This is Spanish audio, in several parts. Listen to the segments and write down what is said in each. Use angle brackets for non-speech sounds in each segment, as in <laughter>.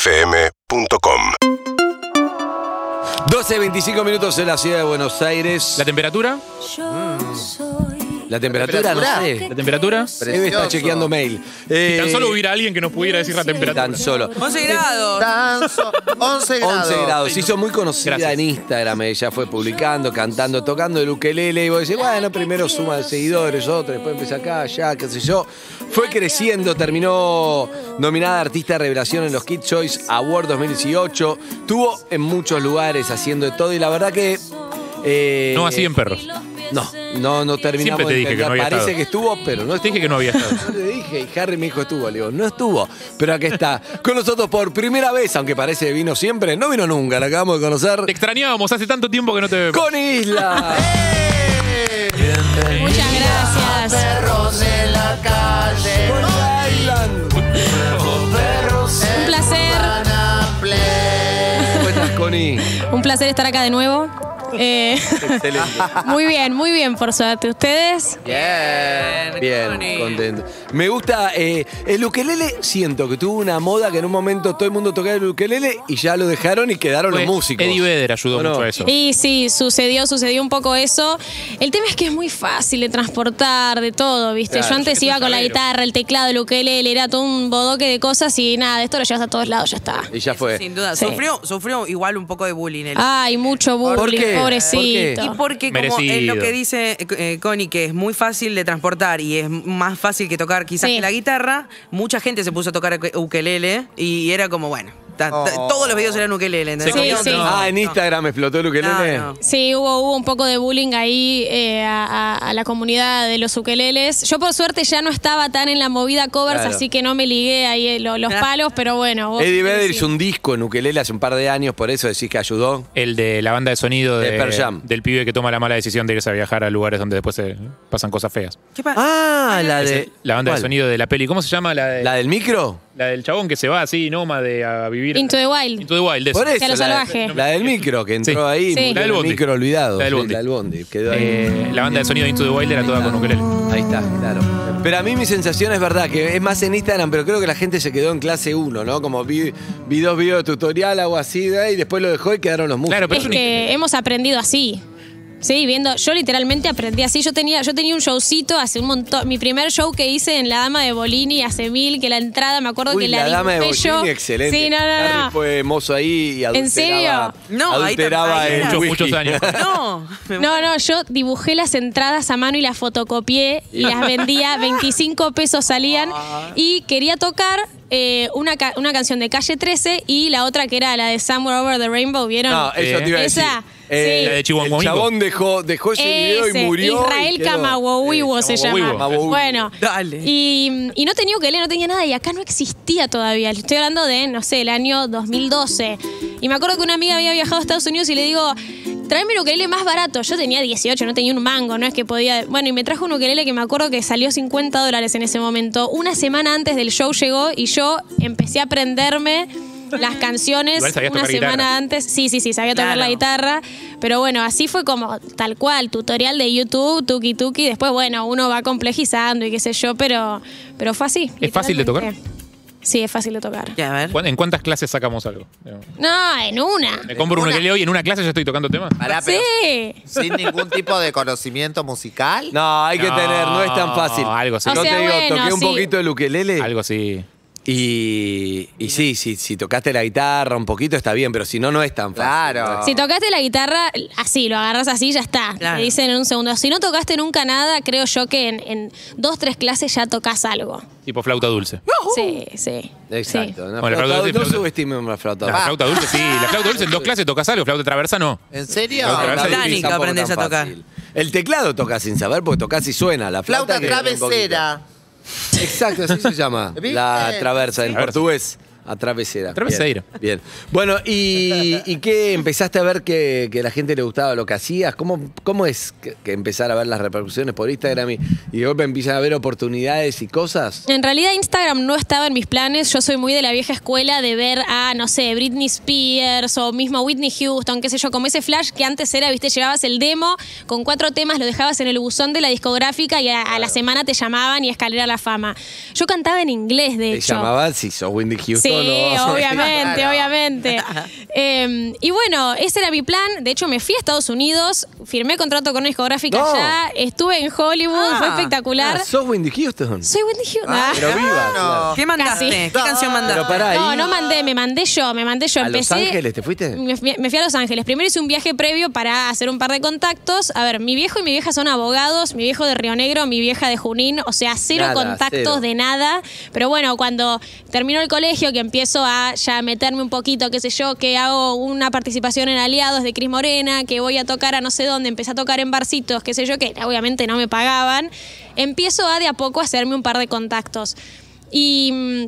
UrbanaPlayFM.com 12.25 minutos en la ciudad de Buenos Aires. ¿La La, temperatura? temperatura, Mm. no sé. ¿La temperatura? Eve está chequeando mail. Eh, Tan solo hubiera alguien que nos pudiera decir la temperatura. Tan solo. 11 grados. Danzo, 11 grados. 11 grados. Se hizo muy conocida Gracias. en Instagram. Ella fue publicando, cantando, tocando el ukelele. Y vos decís, bueno, primero suma de seguidores, otro, después empieza acá, allá, qué sé yo. Fue creciendo, terminó nominada Artista Revelación en los Kid Choice Award 2018. Estuvo en muchos lugares haciendo de todo. Y la verdad que. eh, No así en perros. No, no, no terminamos Siempre te de dije que no entender. había Parece estado. que estuvo, pero no Te dije que no había estado. <laughs> yo le dije, y Harry me dijo estuvo, le digo, no estuvo, pero aquí está, con nosotros por primera vez, aunque parece que vino siempre, no vino nunca, la acabamos de conocer, Te extrañábamos, hace tanto tiempo que no te vemos. con Isla. Muchas gracias. Con Island. Un placer. ¿Cómo estás, Connie? Un placer estar acá de nuevo. Eh, <laughs> Excelente. muy bien, muy bien, por suerte. ¿Ustedes? Bien, bien, contento. Me gusta, eh, el ukelele siento que tuvo una moda que en un momento todo el mundo tocaba el ukelele y ya lo dejaron y quedaron Fue los músicos. Pues, Eddie Vedder ayudó ¿O no? mucho a eso. Y sí, sucedió, sucedió un poco eso. El tema es que es muy fácil de transportar, de todo, ¿viste? Claro, Yo antes es un iba con la llavero. guitarra, el teclado, el ukelele, era todo un bodoque de cosas y nada, esto lo llevas a todos lados, ya está. Y ya fue. Sin duda. Sí. Ah. Sufrió, sufrió igual un poco de bullying. el- Ay, mucho ¿Por bullying, qué? pobrecito. y porque como Merecido. es lo que dice eh, eh, Connie, que es muy fácil de transportar y es más fácil que tocar quizás Sí. que la guitarra, mucha gente se puso a tocar uke- ukelele y era como, bueno, ta- ta- Oh. todos los videos eran ukelele. ¿entendés? Sí, sí. Ah, en Instagram explotó el ukelele. No, no. Sí, hubo, hubo un poco de bullying ahí eh, a, a- a la comunidad de los ukeleles. Yo por suerte ya no estaba tan en la movida covers, Claro. así que no me ligué ahí eh, lo- los palos, pero bueno. vos- Eddie Vedder sí. hizo un disco en ukelele hace un par de años, por eso decís que ayudó. El de la banda de sonido De de, Pearl Jam. del pibe que toma la mala decisión de irse a viajar a lugares donde después se pasan cosas feas. ¿Qué pasa? Ah, la Ese- de. la banda ¿cuál? de sonido de la peli. ¿Cómo se llama? La, de- ¿La del micro? la del chabón que se va así, nómade, a vivir. Into the Wild. Into the Wild. eso. Por eso. a lo la, salvaje. la del micro, que entró Sí. ahí. Sí. murió La en del el Bondi. micro olvidado. La del sí, Bondi. Bondi, Quedó ahí. Eh, la banda de sonido de Into the Wild era toda con ukelele. Ahí está, claro. Pero a mí mi sensación es verdad, que es más en Instagram, pero creo que la gente se quedó en clase 1, ¿no? Como vi, vi dos videos de tutorial, algo así, ¿eh? y después lo dejó y quedaron los músicos. Claro, pero es es un- que hemos aprendido así. Sí, viendo, yo literalmente aprendí así. Yo tenía, yo tenía un showcito hace un montón. Mi primer show que hice en La Dama de Bolini hace mil, que la entrada, me acuerdo Uy, que la, la, dama de dibujé yo. Bollini, excelente. Sí, no, no, Harry no. fue mozo ahí y adulteraba. serio? No, ahí adulteraba también. el Muchos, whisky. <laughs> muchos años. No, <laughs> me No, no, yo dibujé las entradas a mano y las fotocopié y <laughs> las vendía, 25 pesos salían Ah. y quería tocar eh, una, ca- una canción de Calle 13 y la otra que era la de Somewhere Over the Rainbow, ¿vieron? No, eso te iba a decir. eh, Eh, Esa, sí. La de Chihuahua El Mingo. chabón dejó, dejó ese, video y Ese, murió. y Israel quedó. Kamawowiwo Eh, se Kamawowiwo. llama. Kamawowiwo. Bueno, Dale. Y, y no tenía ukelele, no tenía nada, y acá no existía todavía. Le estoy hablando de, no sé, el año 2012. Y me acuerdo que una amiga había viajado a Estados Unidos y le digo, tráeme un ukelele más barato. Yo tenía 18, no tenía un mango, no es que podía. Bueno, y me trajo un ukelele que me acuerdo que salió 50 dólares en ese momento. Una semana antes del show llegó y yo empecé a aprenderme. Las canciones Igual sabías una tocar guitarra. semana antes, sí, sí, sí, sabía tocar la Claro. guitarra guitarra. Pero bueno, así fue como tal cual, tutorial de YouTube, tuki tuki. Después, bueno, uno va complejizando y qué sé yo, pero, pero fue así. ¿Es fácil de tocar? literalmente. Sí, es fácil de tocar. Ya, a ver. ¿Cuán- ¿En cuántas clases sacamos algo? Me No, en una. compro un ukelele hoy y en una clase ya estoy tocando temas. Ah, Pará, pero Sí. sin ningún tipo de conocimiento musical. No, hay que No, tener, no es tan fácil. algo sí. Yo O sea, te digo, bueno, toqué un sí. poquito el ukelele Algo así. y, y sí, sí, si tocaste la guitarra un poquito está bien, pero si no, no es tan fácil. Claro. Si tocaste la guitarra, así, lo agarras así, ya está. Oh. Claro. Te dicen en un segundo. Si no tocaste nunca nada, creo yo que en, en dos, tres clases ya tocas algo. Tipo flauta dulce. Sí, sí. Exacto. Sí. No, Bueno, la flauta flauta- dulce, no flauta- subestimen la flauta. La flauta dulce, sí. La flauta dulce en dos clases tocas algo, flauta traversa no. ¿En serio? La otra flauta vez dulce Titanic tampoco aprendés tan a tocar. fácil. El teclado tocas sin saber porque tocas y suena. La flauta, Flauta que- travesera. Exacto, así se <laughs> llama. ¿Viste? La traversa, en Traversa. portugués. Atravesera. Traveseira. Bien, bien. Bueno, ¿y, y qué empezaste a ver que, que la gente le gustaba lo que hacías? ¿Cómo, cómo es que, que empezar a ver las repercusiones por Instagram y, y de golpe empiezan a ver oportunidades y cosas? En realidad Instagram no estaba en mis planes. Yo soy muy de la vieja escuela de ver a, no sé, Britney Spears o mismo Whitney Houston, qué sé yo, como ese flash que antes era, viste, llevabas el demo con cuatro temas, lo dejabas en el buzón de la discográfica y a, a la semana te llamaban y escalera a la fama. Yo cantaba en inglés, de Te hecho. llamabas si sos Wendy Houston. Sí, no. <laughs> obviamente, Claro. obviamente. Eh, y bueno, ese era mi plan. De hecho, me fui a Estados Unidos, firmé contrato con una discográfica No. allá, estuve en Hollywood, Ah. fue espectacular. Ah, sos Wendy Houston. Soy Wendy Hughes. Ah. Pero viva. claro. ¿Qué mandaste? Casi. ¿Qué canción mandaste? Pero pará, No, ahí- no mandé, me mandé yo, me mandé yo. ¿A Los Empecé, Mm, Ángeles te fuiste? Me, fui- me fui a Los Ángeles. Primero hice un viaje previo para hacer un par de contactos. A ver, mi viejo y mi vieja son abogados, mi viejo de Río Negro, mi vieja de Junín, o sea, cero Nada, contactos cero. de nada. Pero bueno, cuando termino el colegio, que empiezo a ya meterme un poquito, qué sé yo, que hago una participación en Aliados de Cris Morena, que voy a tocar a no sé dónde, empecé a tocar en barcitos, qué sé yo, que obviamente no me pagaban, empiezo a de a poco hacerme un par de contactos. Y mm,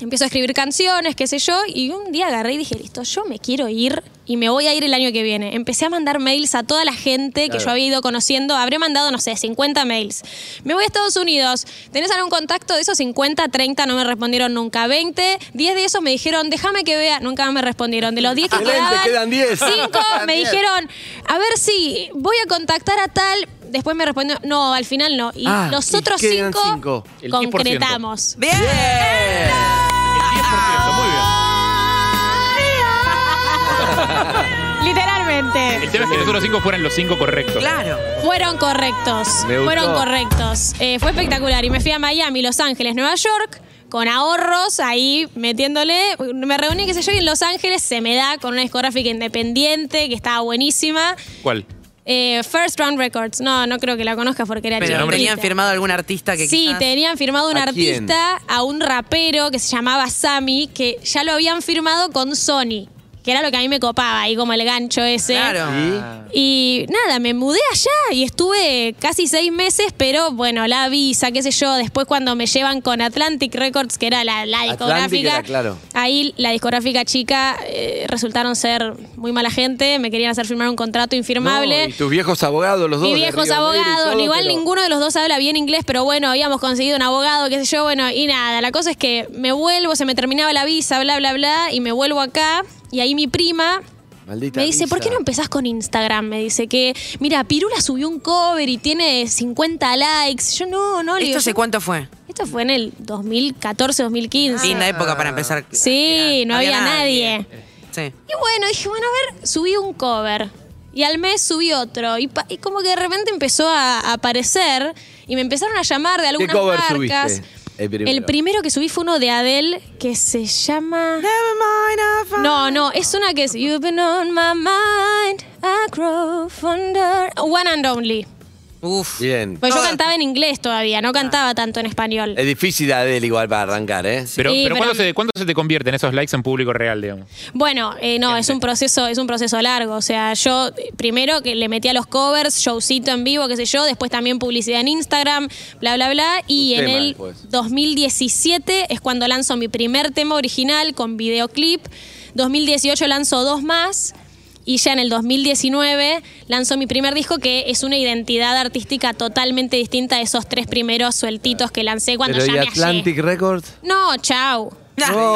empiezo a escribir canciones, qué sé yo, y un día agarré y dije, listo, yo me quiero ir y me voy a ir el año que viene. Empecé a mandar mails a toda la gente que yo había ido conociendo, habré mandado, no sé, 50 mails. Me voy a Estados Unidos, ¿tenés algún contacto? De esos 50, 30 no me respondieron nunca, 20, 10 de esos me dijeron, déjame que vea, nunca me respondieron. De los 10 que Excelente, quedaban, <laughs> quedan 10. <laughs> 5 me Quedan 10. dijeron, a ver si voy a contactar a tal. Después me respondió, no, al final no. Y Ah, los y otros quedan 5 cinco. El 10%. concretamos. ¡Bien! El 10%, muy bien. Literalmente. El tema es que los otros cinco fueran los cinco correctos. Claro. Fueron correctos. Me gustó. Fueron correctos. Eh, fue espectacular. Y me fui a Miami, Los Ángeles, Nueva York. Con ahorros, ahí metiéndole. Me reuní, qué sé yo, y en Los Ángeles se me da con una discográfica independiente que estaba buenísima. ¿Cuál? Eh, First Round Records. No, no creo que la conozcas porque era Pero chiquitita. tenían firmado algún artista que Sí, quizás- tenían firmado un ¿A quién? artista, a un rapero que se llamaba Sammy, que ya lo habían firmado con Sony, que era lo que a mí me copaba, ahí como el gancho ese. Claro. Y nada, me mudé allá y estuve casi seis meses, pero bueno, la visa, qué sé yo, después cuando me llevan con Atlantic Records, que era la, la Atlantic discográfica, era, claro. ahí la discográfica chica eh, resultaron ser muy mala gente, me querían hacer firmar un contrato infirmable. No, y tus viejos abogados, los dos. Mi de viejo es Río Negro y abogado, todo, igual pero- ninguno de los dos habla bien inglés, pero bueno, habíamos conseguido un abogado, qué sé yo, bueno, y nada, la cosa es que me vuelvo, se me terminaba la visa, bla, bla, bla, y me vuelvo acá, y ahí mi prima Maldita me dice, ¿por qué no risa. empezás con Instagram? Me dice que, mira, Pirula subió un cover y tiene 50 likes, yo no, no, le digo, ¿Esto hace yo- cuánto fue? esto fue en el 2014, Ah. 2015. Linda época para empezar. Ah. Sí, no había Sí. Y bueno, dije, bueno, a ver, subí un cover. Y al mes subí otro. Y, pa- y como que de repente empezó a, a aparecer. Y me empezaron a llamar de algunas cover marcas. subiste? El primero. que subí fue uno de Adele que se llama. No, no, es una que es. You've been on my mind. I grow fonder. One and only. Uf. <laughs> Bien. Pues yo cantaba en inglés todavía, no cantaba tanto en español. Es difícil Adele igual para arrancar, ¿eh? Pero, Sí, pero, pero- ¿cuándo, se, cuándo se te convierten esos likes en público real, digamos? Bueno, eh, no, es un proceso, es un proceso largo. O sea, yo eh, primero que le metí a los covers, showcito en vivo, qué sé yo, después también publicidad en Instagram, bla, bla, bla. Y Tu en tema el después. 2017 es cuando lanzo mi primer tema original con videoclip. 2018 lanzo dos más. Y ya en el 2019 lanzó mi primer disco que es una identidad artística totalmente distinta de esos tres primeros sueltitos que lancé cuando Pero ya ¿y me hallé. Atlantic Records? No, chau. claro.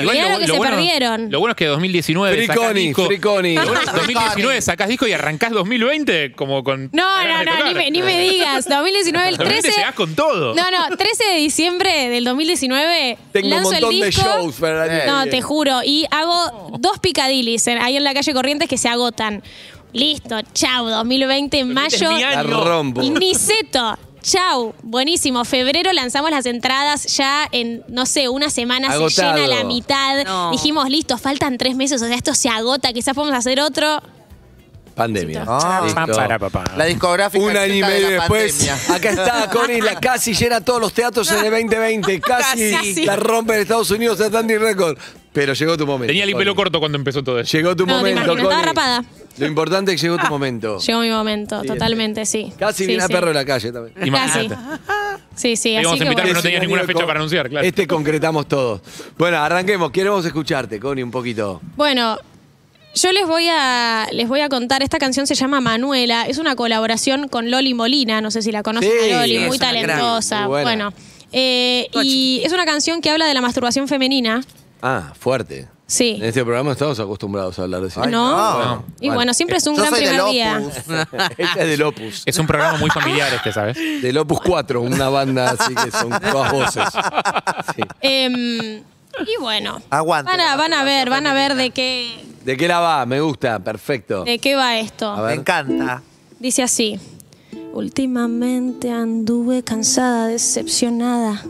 Igual- Mirá lo bu- que se perdieron. Lo bueno es que 2019 sacás Friconi, <laughs> disco. Friconi. Lo bueno es que 2019 sacás disco y arrancás 2020 como con... No, ganas no, de no, tocar. ni me, ni me <laughs> digas. 2019, el 2020 13. llegás con todo. No, no, 13 de diciembre del 2019 Tengo un lanzo montón el de disco. shows eh. para la No, nieve. te juro. Y hago dos picadillis ahí en la calle Corrientes que se agotan. Listo, chau, 2020 en mayo. este es mi La año. rompo. Niceto. Chau, buenísimo. Febrero lanzamos las entradas ya en, no sé, una semana Agotado. se llena la mitad. No. Dijimos, listo, faltan tres meses, o sea, esto se agota, quizás podemos hacer otro. Pandemia. Ah. Listo. Pa, para, papá. La discográfica Un año y chica de medio la después, pandemia. <laughs> acá está Connie, la casi llena todos los teatros en el <laughs> 2020. Casi, Casi. la rompe en Estados Unidos Atlantic Records. Pero llegó tu momento. Tenía el Connie. pelo corto cuando empezó todo eso. Llegó tu No, te momento, imagino, estaba Connie. rapada. Lo importante es que llegó tu momento. Llegó mi momento, totalmente, sí. Casi Sí, viene a sí. perro de la calle también. Casi. Imagínate. Sí, sí, así íbamos a que invitar, bueno. pero no tenías ninguna fecha para anunciar, claro. Este concretamos todos. Bueno, arranquemos. Queremos escucharte, Connie, un poquito. Bueno, yo les voy a les voy a contar, esta canción se llama Manuela, es una colaboración con Loli Molina, no sé si la conocen Sí, a Loli, es muy una gran, talentosa. muy buena. bueno, eh, Toda y es una canción que habla de la masturbación femenina. Ah, fuerte. Sí. En este programa estamos acostumbrados a hablar de Ah, eso. Ay, ¿No? no. Y bueno, siempre es un gran soy primer del día. Opus. <laughs> Ella es del Opus. Es un programa muy familiar este, ¿sabes? Del Opus 4, una banda así que son todas voces. Sí. Em, Y bueno, Aguante. van a, van a ver, van a ver de qué, ¿De qué la va? Me gusta, perfecto. de qué va esto. A Me ver. encanta. Dice así. Últimamente anduve cansada, decepcionada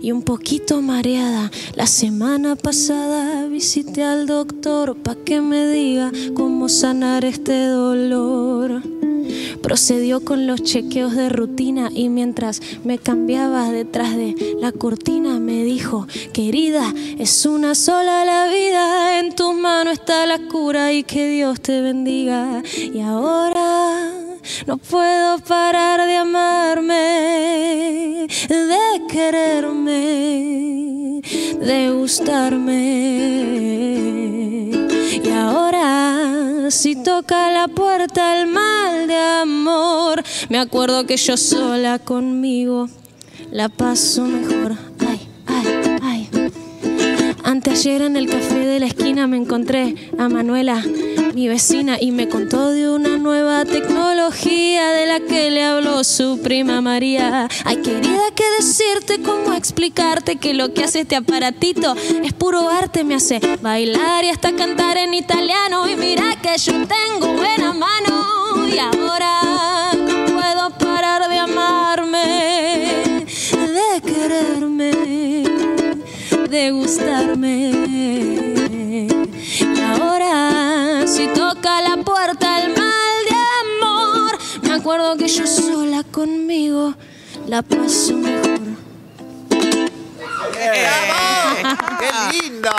y un poquito mareada. La semana pasada visité al doctor para que me diga cómo sanar este dolor. Procedió con los chequeos de rutina y mientras me cambiaba detrás de la cortina me dijo, querida, es una sola la vida, en tus manos está la cura y que Dios te bendiga. Y ahora no puedo parar de amarme, de quererme, de gustarme. Y ahora, si toca la puerta el mal de amor, me acuerdo que yo sola conmigo la paso mejor. Ay, ay, ay. Anteayer en el café de la esquina me encontré a Manuela, mi vecina, y me contó de una nueva tecnología de la que le habló su prima María. Ay, querida, qué decirte, cómo explicarte que lo que hace este aparatito es puro arte, me hace bailar y hasta cantar en italiano. Y mira que yo tengo buena mano y ahora no puedo parar de amarme, de quererme de gustarme. Y ahora, si toca la puerta el mal de amor, me acuerdo que yo sola conmigo la paso mejor. Eh, <laughs> ¡Qué lindo!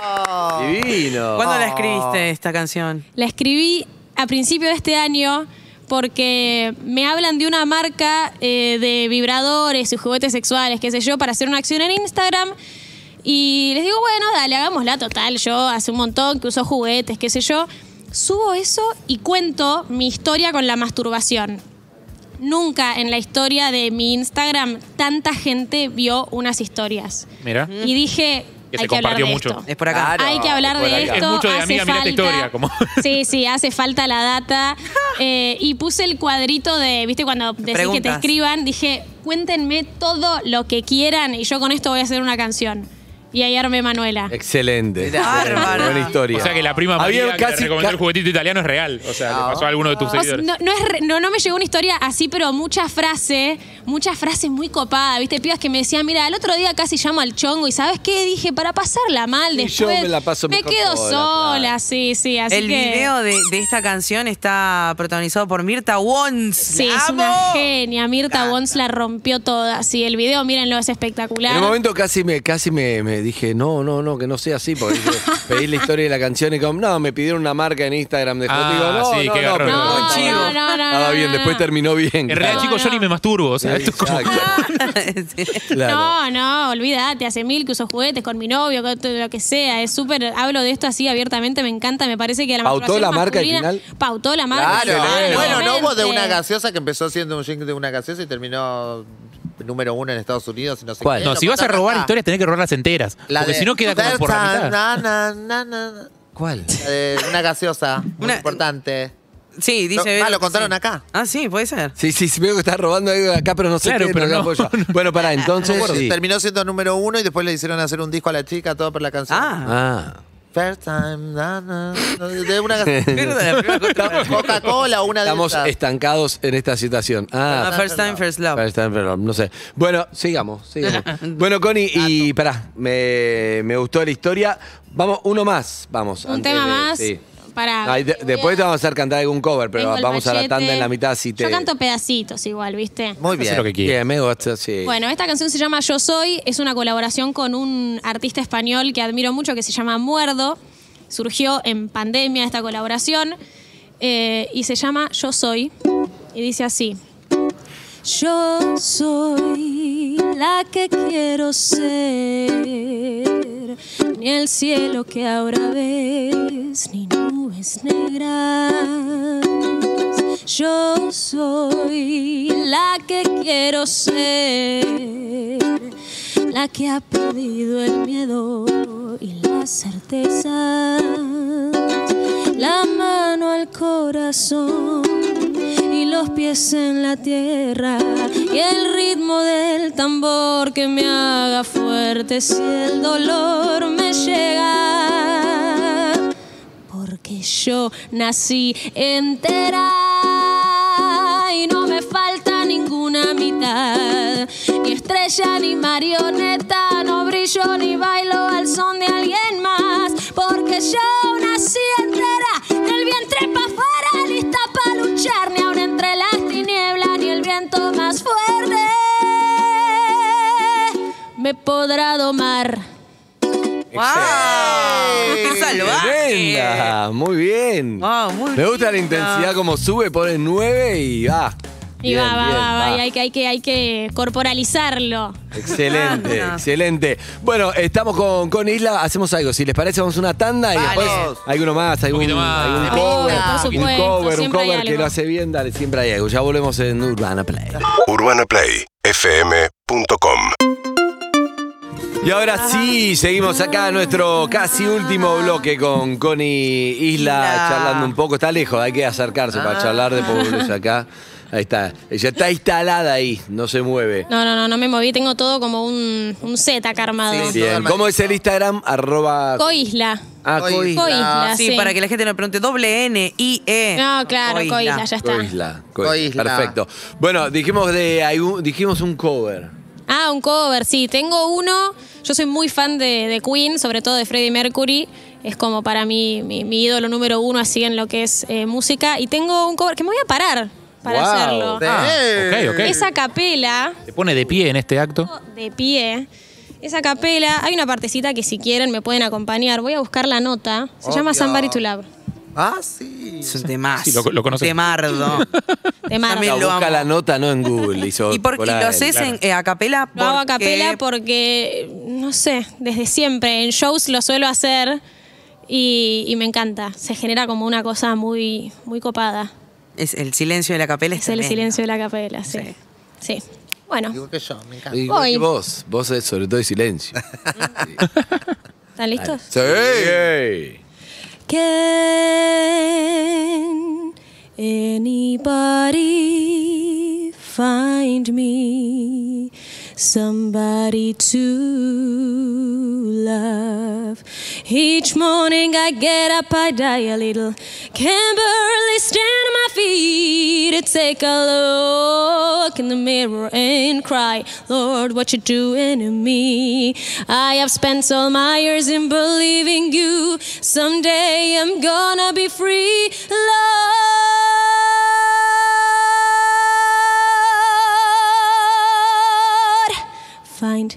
Divino. ¿Cuándo la escribiste esta canción? La escribí a principio de este año porque me hablan de una marca eh, de vibradores y juguetes sexuales, qué sé yo, para hacer una acción en Instagram. Y les digo, bueno, dale, hagámosla total. Yo hace un montón que uso juguetes, qué sé yo. Subo eso y cuento mi historia con la masturbación. Nunca en la historia de mi Instagram tanta gente vio unas historias. Mira. Y dije, Mm. Que se hay que hablar de compartió mucho. esto. Es por acá. Claro. Hay que hablar Por acá. de esto. Es mucho de hace amiga, mirá falta, esta historia, como- <laughs> Sí, sí, hace falta la data. Eh, y puse el cuadrito de, viste, cuando decís que te Preguntas. escriban, dije, cuéntenme todo lo que quieran y yo con esto voy a hacer una canción. Y ahí armé Manuela. Excelente. Bárbara. Buena historia. O sea que la prima María Había que le casi. recomendó el ca- Ah. juguetito italiano es real. O sea, le pasó a alguno de tus O sea, seguidores. no, no es re- no, no me llegó una historia así, pero mucha frase, mucha frase muy copada, ¿viste? Pibas que me decían, mira, el otro día casi llamo al chongo y ¿sabes qué? Dije, para pasarla mal Sí, yo después. me la paso mejor quedo sola, sola, claro. sí, sí. Así El que... video de, de esta canción está protagonizado por Mirta Wons. Sí, ¡La es una amo! <laughs> genia. Mirta Bons la rompió toda. Sí, el video, mírenlo, es espectacular. En un momento casi me, casi me, me dije, no, no, no, que no sea así, porque dije, pedí la historia de la canción y como, no, me pidieron una marca en Instagram de Ah, Digo, no, sí, no, qué no, garrón. pero no, buen chivo. no, no, no, Ah, no, bien, no, después no. terminó bien. En realidad, claro. chicos, yo ni me masturbo. O sea, esto es como. <laughs> Exacto, claro. No, no, olvídate, hace mil que uso juguetes con mi novio, con todo lo que sea. Es súper, hablo de esto así abiertamente, me encanta, me parece que la ¿Pautó masturbación la marca al masculina- final? Pautó la marca. Claro. Ah, Excelente. Bueno, no hubo de Totalmente. una gaseosa que empezó siendo un jingle de una gaseosa y terminó número uno en Estados Unidos y no sé ¿Cuál? qué. No, Lo si vas a contaron robar acá. historias, tenés que robarlas enteras. La porque de- si no queda como por la mitad. Na, na, na, na. ¿Cuál? La de una gaseosa muy Una- eh, importante. Sí, dice. No, ah, lo contaron sí. acá. Ah, sí, puede ser. Sí, sí, sí, veo que estás robando algo de acá, pero no sé Claro, qué, pero lo no. apoyo. Bueno, pará, entonces. sí. Terminó siendo número uno y después le hicieron hacer un disco a la chica, todo por la canción. Ah, Ah. First time, na, na, na, de <laughs> una gaseosa. <laughs> Mierda, la primera cosa. Coca-Cola, una de Estamos esas. estancados en esta situación. Ah, Ah, First time, first love. Ahí está, perdón, no sé. Bueno, sigamos, <laughs> sigamos. Bueno, Connie, y pará, me, me gustó la historia. Vamos, uno más, vamos. Un antes tema de- más. sí. Para. Ay, de- después te vamos a hacer cantar algún cover, pero Tengo el vamos a la machete. tanda en la mitad si te... Yo canto pedacitos igual, ¿viste? Muy Hacé lo que bien. quieras. Bien, me gusta, sí. Bueno, esta canción se llama Yo Soy, es una colaboración con un artista español que admiro mucho que se llama Muerdo. Surgió en pandemia esta colaboración eh, y se llama Yo Soy y dice así. Yo soy la que quiero ser, ni el cielo que ahora ves, ni nubes negras. Yo soy la que quiero ser, la que ha perdido el miedo y la certeza, la mano al corazón y los los pies en la tierra y el ritmo del tambor que me haga fuerte si el dolor me llega porque yo nací entera y no me falta ninguna mitad. Ni estrella ni marioneta, no brillo ni bailo al son de alguien más, porque yo nací entera, del vientre para afuera, lista para luchar, ni aun entre las tinieblas, ni el viento más fuerte me podrá domar. ¡Wow! ¡Qué salvaje! Tremenda, muy bien. Wow, muy Me gusta la linda. intensidad como sube, pone 9 y va. Y Bien, va, va, bien, va, va, y hay que, hay que, hay que corporalizarlo. Excelente, Anda. excelente. Bueno, estamos con, con Isla, hacemos algo. Si les parece, vamos a una tanda y Vale. después alguno más, algún, poquito más. algún De cover, pinta. Ah, Por un supuesto, cover, un siempre hay cover que algo. lo hace bien, dale, siempre hay algo. Ya volvemos en Urbana Play. UrbanaPlayFM.com Y ahora sí, seguimos acá en nuestro casi último bloque con Connie Isla Isla. charlando un poco. Está lejos, hay que acercarse para charlar de pobres acá. Ahí está. Ella está instalada ahí, no se mueve. No, no, no, no me moví, tengo todo como un, un Z acá armado. Sí, sí. Bien. ¿Cómo es el Instagram? Arroba. Coisla. Ah, Coisla. Coisla. Coisla, Sí, sí. para que la gente no pregunte doble N, I, E. No, claro, Oíla. Coisla, ya está. Eh, Coisla. Coisla. Perfecto. Bueno, dijimos de algún- dijimos un cover. Ah, un cover, sí. Tengo uno. Yo soy muy fan de, de Queen, sobre todo de Freddie Mercury. Es como para mí mi, mi ídolo número uno, así en lo que es eh, música. Y tengo un cover que me voy a parar para Wow. hacerlo. Ah, ok, ok. Esa capela. Se pone de pie en este acto. de pie. Esa capela, hay una partecita que si quieren me pueden acompañar. Voy a buscar la nota. Se llama Somebody to Love. Ah, sí. Es un temazo. Sí, lo- lo <laughs> conocemos. Temardo. De Mar. También No, lo busca amo. la nota, no en Google. hizo <laughs> ¿Y por qué Corael. lo haces en, eh, a capela? Lo hago a Porque- capela porque, no sé, desde siempre. En shows lo suelo hacer y, y me encanta. Se genera como una cosa muy, muy copada. Es el silencio de la capela. Es el tremendo. silencio de la capela, sí. Sí. Bueno, Digo que yo, me encanta. Y- y Voy. vos, vos es sobre todo el silencio. ¿están listos? sí. Can anybody find me somebody to love? Each morning I get up, I die a little. Can barely stand on my feet to take a look in the mirror and cry, Lord, what you doing to me? I have spent all my years in believing you. Someday I'm gonna be free. Lord, Find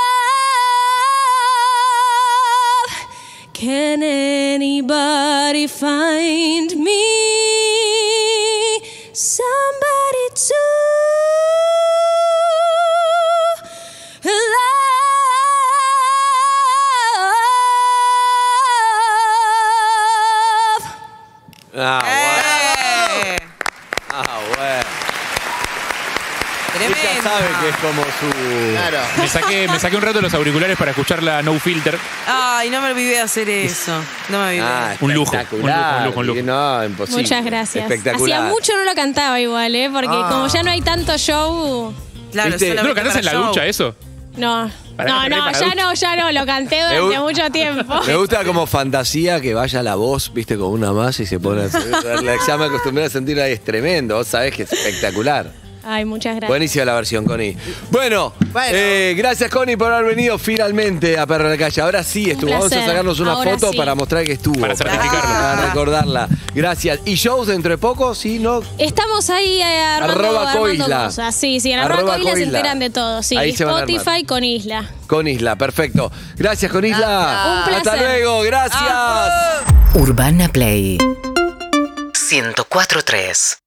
Can anybody find me somebody to love? Ah, ¡Eh! bueno. Ah, bueno. Tremendo. Ella sabe que es como su. Claro. Me saqué, me saqué un rato los auriculares para escuchar la No Filter. Ay, no me olvidé de hacer eso. No me olvidé. Ah, Un lujo, espectacular. un lujo, un lujo, un lujo. No, imposible. Muchas gracias. Espectacular. Ah. Hacía mucho no lo cantaba igual, ¿eh? Porque como ya no hay tanto show. claro, ¿viste? solamente ¿No lo cantás para en la show. ducha eso? No. Pará, no, pará, no, pará. ya no, ya no. Lo canté Me durante gu- mucho tiempo. <laughs> Me gusta como fantasía que vaya la voz, viste, con una más y se pone. a- ya me acostumbré a sentir ahí, es tremendo. Vos sabés que es espectacular. Ay, muchas gracias. Buenísima la versión, Connie. Bueno, Bueno. eh, gracias, Connie, por haber venido finalmente a Perro de la Calle. Ahora sí estuvo. Vamos a placer. sacarnos una Ahora foto sí. para mostrar que estuvo. Para certificarlo. Para recordarla. Gracias. ¿Y shows dentro de poco? Sí, ¿no? Estamos ahí eh, armando, Arroba armando Coisla. cosas. Sí, sí, en arroba, Arroba Coisla se Coisla. enteran de todo. Sí, Ahí se van a armar. Spotify con Isla. Con Isla, perfecto. Gracias, con Isla. Gracias. Un Hasta placer. luego, gracias. Urbana Play 1043